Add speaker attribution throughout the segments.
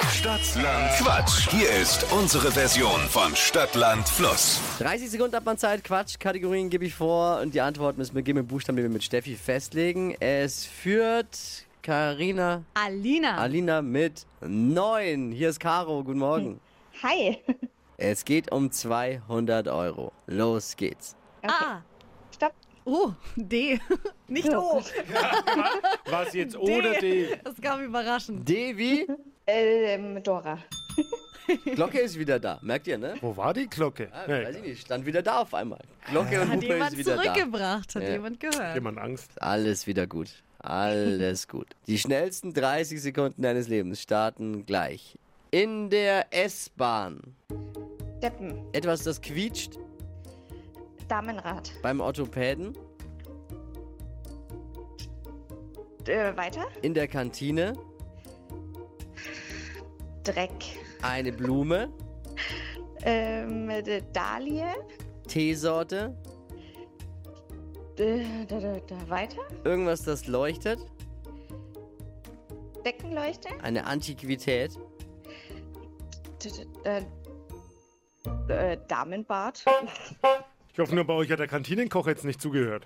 Speaker 1: Stadtland Quatsch. Hier ist unsere Version von Stadtland Fluss.
Speaker 2: 30 Sekunden hat man Zeit. Quatsch, Kategorien gebe ich vor. Und die Antwort müssen wir geben im Buchstaben, den wir mit Steffi festlegen. Es führt Karina,
Speaker 3: Alina.
Speaker 2: Alina mit 9. Hier ist Caro. Guten Morgen.
Speaker 4: Hi.
Speaker 2: Es geht um 200 Euro. Los geht's.
Speaker 3: A.
Speaker 4: Stopp.
Speaker 3: O. Oh, D. Nicht O.
Speaker 5: Was jetzt oder die?
Speaker 3: Das kam überraschend.
Speaker 2: Devi,
Speaker 4: Ähm, Dora.
Speaker 2: Glocke ist wieder da. Merkt ihr, ne?
Speaker 5: Wo war die Glocke?
Speaker 2: Ah,
Speaker 5: nee,
Speaker 2: Weiß ich nicht. Stand wieder da auf einmal. Glocke und
Speaker 3: Hat
Speaker 2: Hupe ist
Speaker 3: jemand
Speaker 2: wieder da.
Speaker 3: zurückgebracht, hat
Speaker 2: Ja.
Speaker 3: jemand gehört.
Speaker 5: jemand Angst.
Speaker 2: Alles wieder gut. Alles gut. Die schnellsten 30 Sekunden deines Lebens starten gleich. In der S-Bahn.
Speaker 4: Deppen.
Speaker 2: Etwas, das quietscht
Speaker 4: Damenrad.
Speaker 2: beim Orthopäden.
Speaker 4: Äh, weiter.
Speaker 2: In der Kantine.
Speaker 4: Dreck.
Speaker 2: Eine Blume.
Speaker 4: Ähm, äh, Dahlie.
Speaker 2: Teesorte.
Speaker 4: Äh, da, da, da, weiter.
Speaker 2: Irgendwas, das leuchtet.
Speaker 4: Deckenleuchte.
Speaker 2: Eine Antiquität.
Speaker 4: Da, da, da, äh, Damenbad.
Speaker 5: Ich hoffe nur, bei euch hat der Kantinenkoch jetzt nicht zugehört.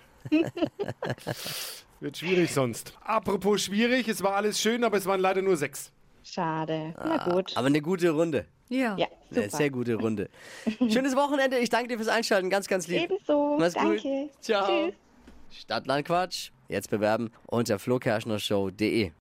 Speaker 5: Wird schwierig sonst. Apropos schwierig, es war alles schön, aber es waren leider nur sechs.
Speaker 4: Schade. Na gut.
Speaker 2: Ah, Aber eine gute Runde.
Speaker 3: Ja.
Speaker 4: Ja,
Speaker 2: Eine
Speaker 4: super.
Speaker 2: sehr gute Runde. Schönes Wochenende. Ich danke dir fürs Einschalten. Ganz, ganz lieb.
Speaker 4: Ebenso.
Speaker 2: Mach's gut.
Speaker 4: Danke.
Speaker 2: Ciao.
Speaker 4: Tschüss.
Speaker 2: Stadtlandquatsch. Jetzt bewerben unter flokerschnershow.de.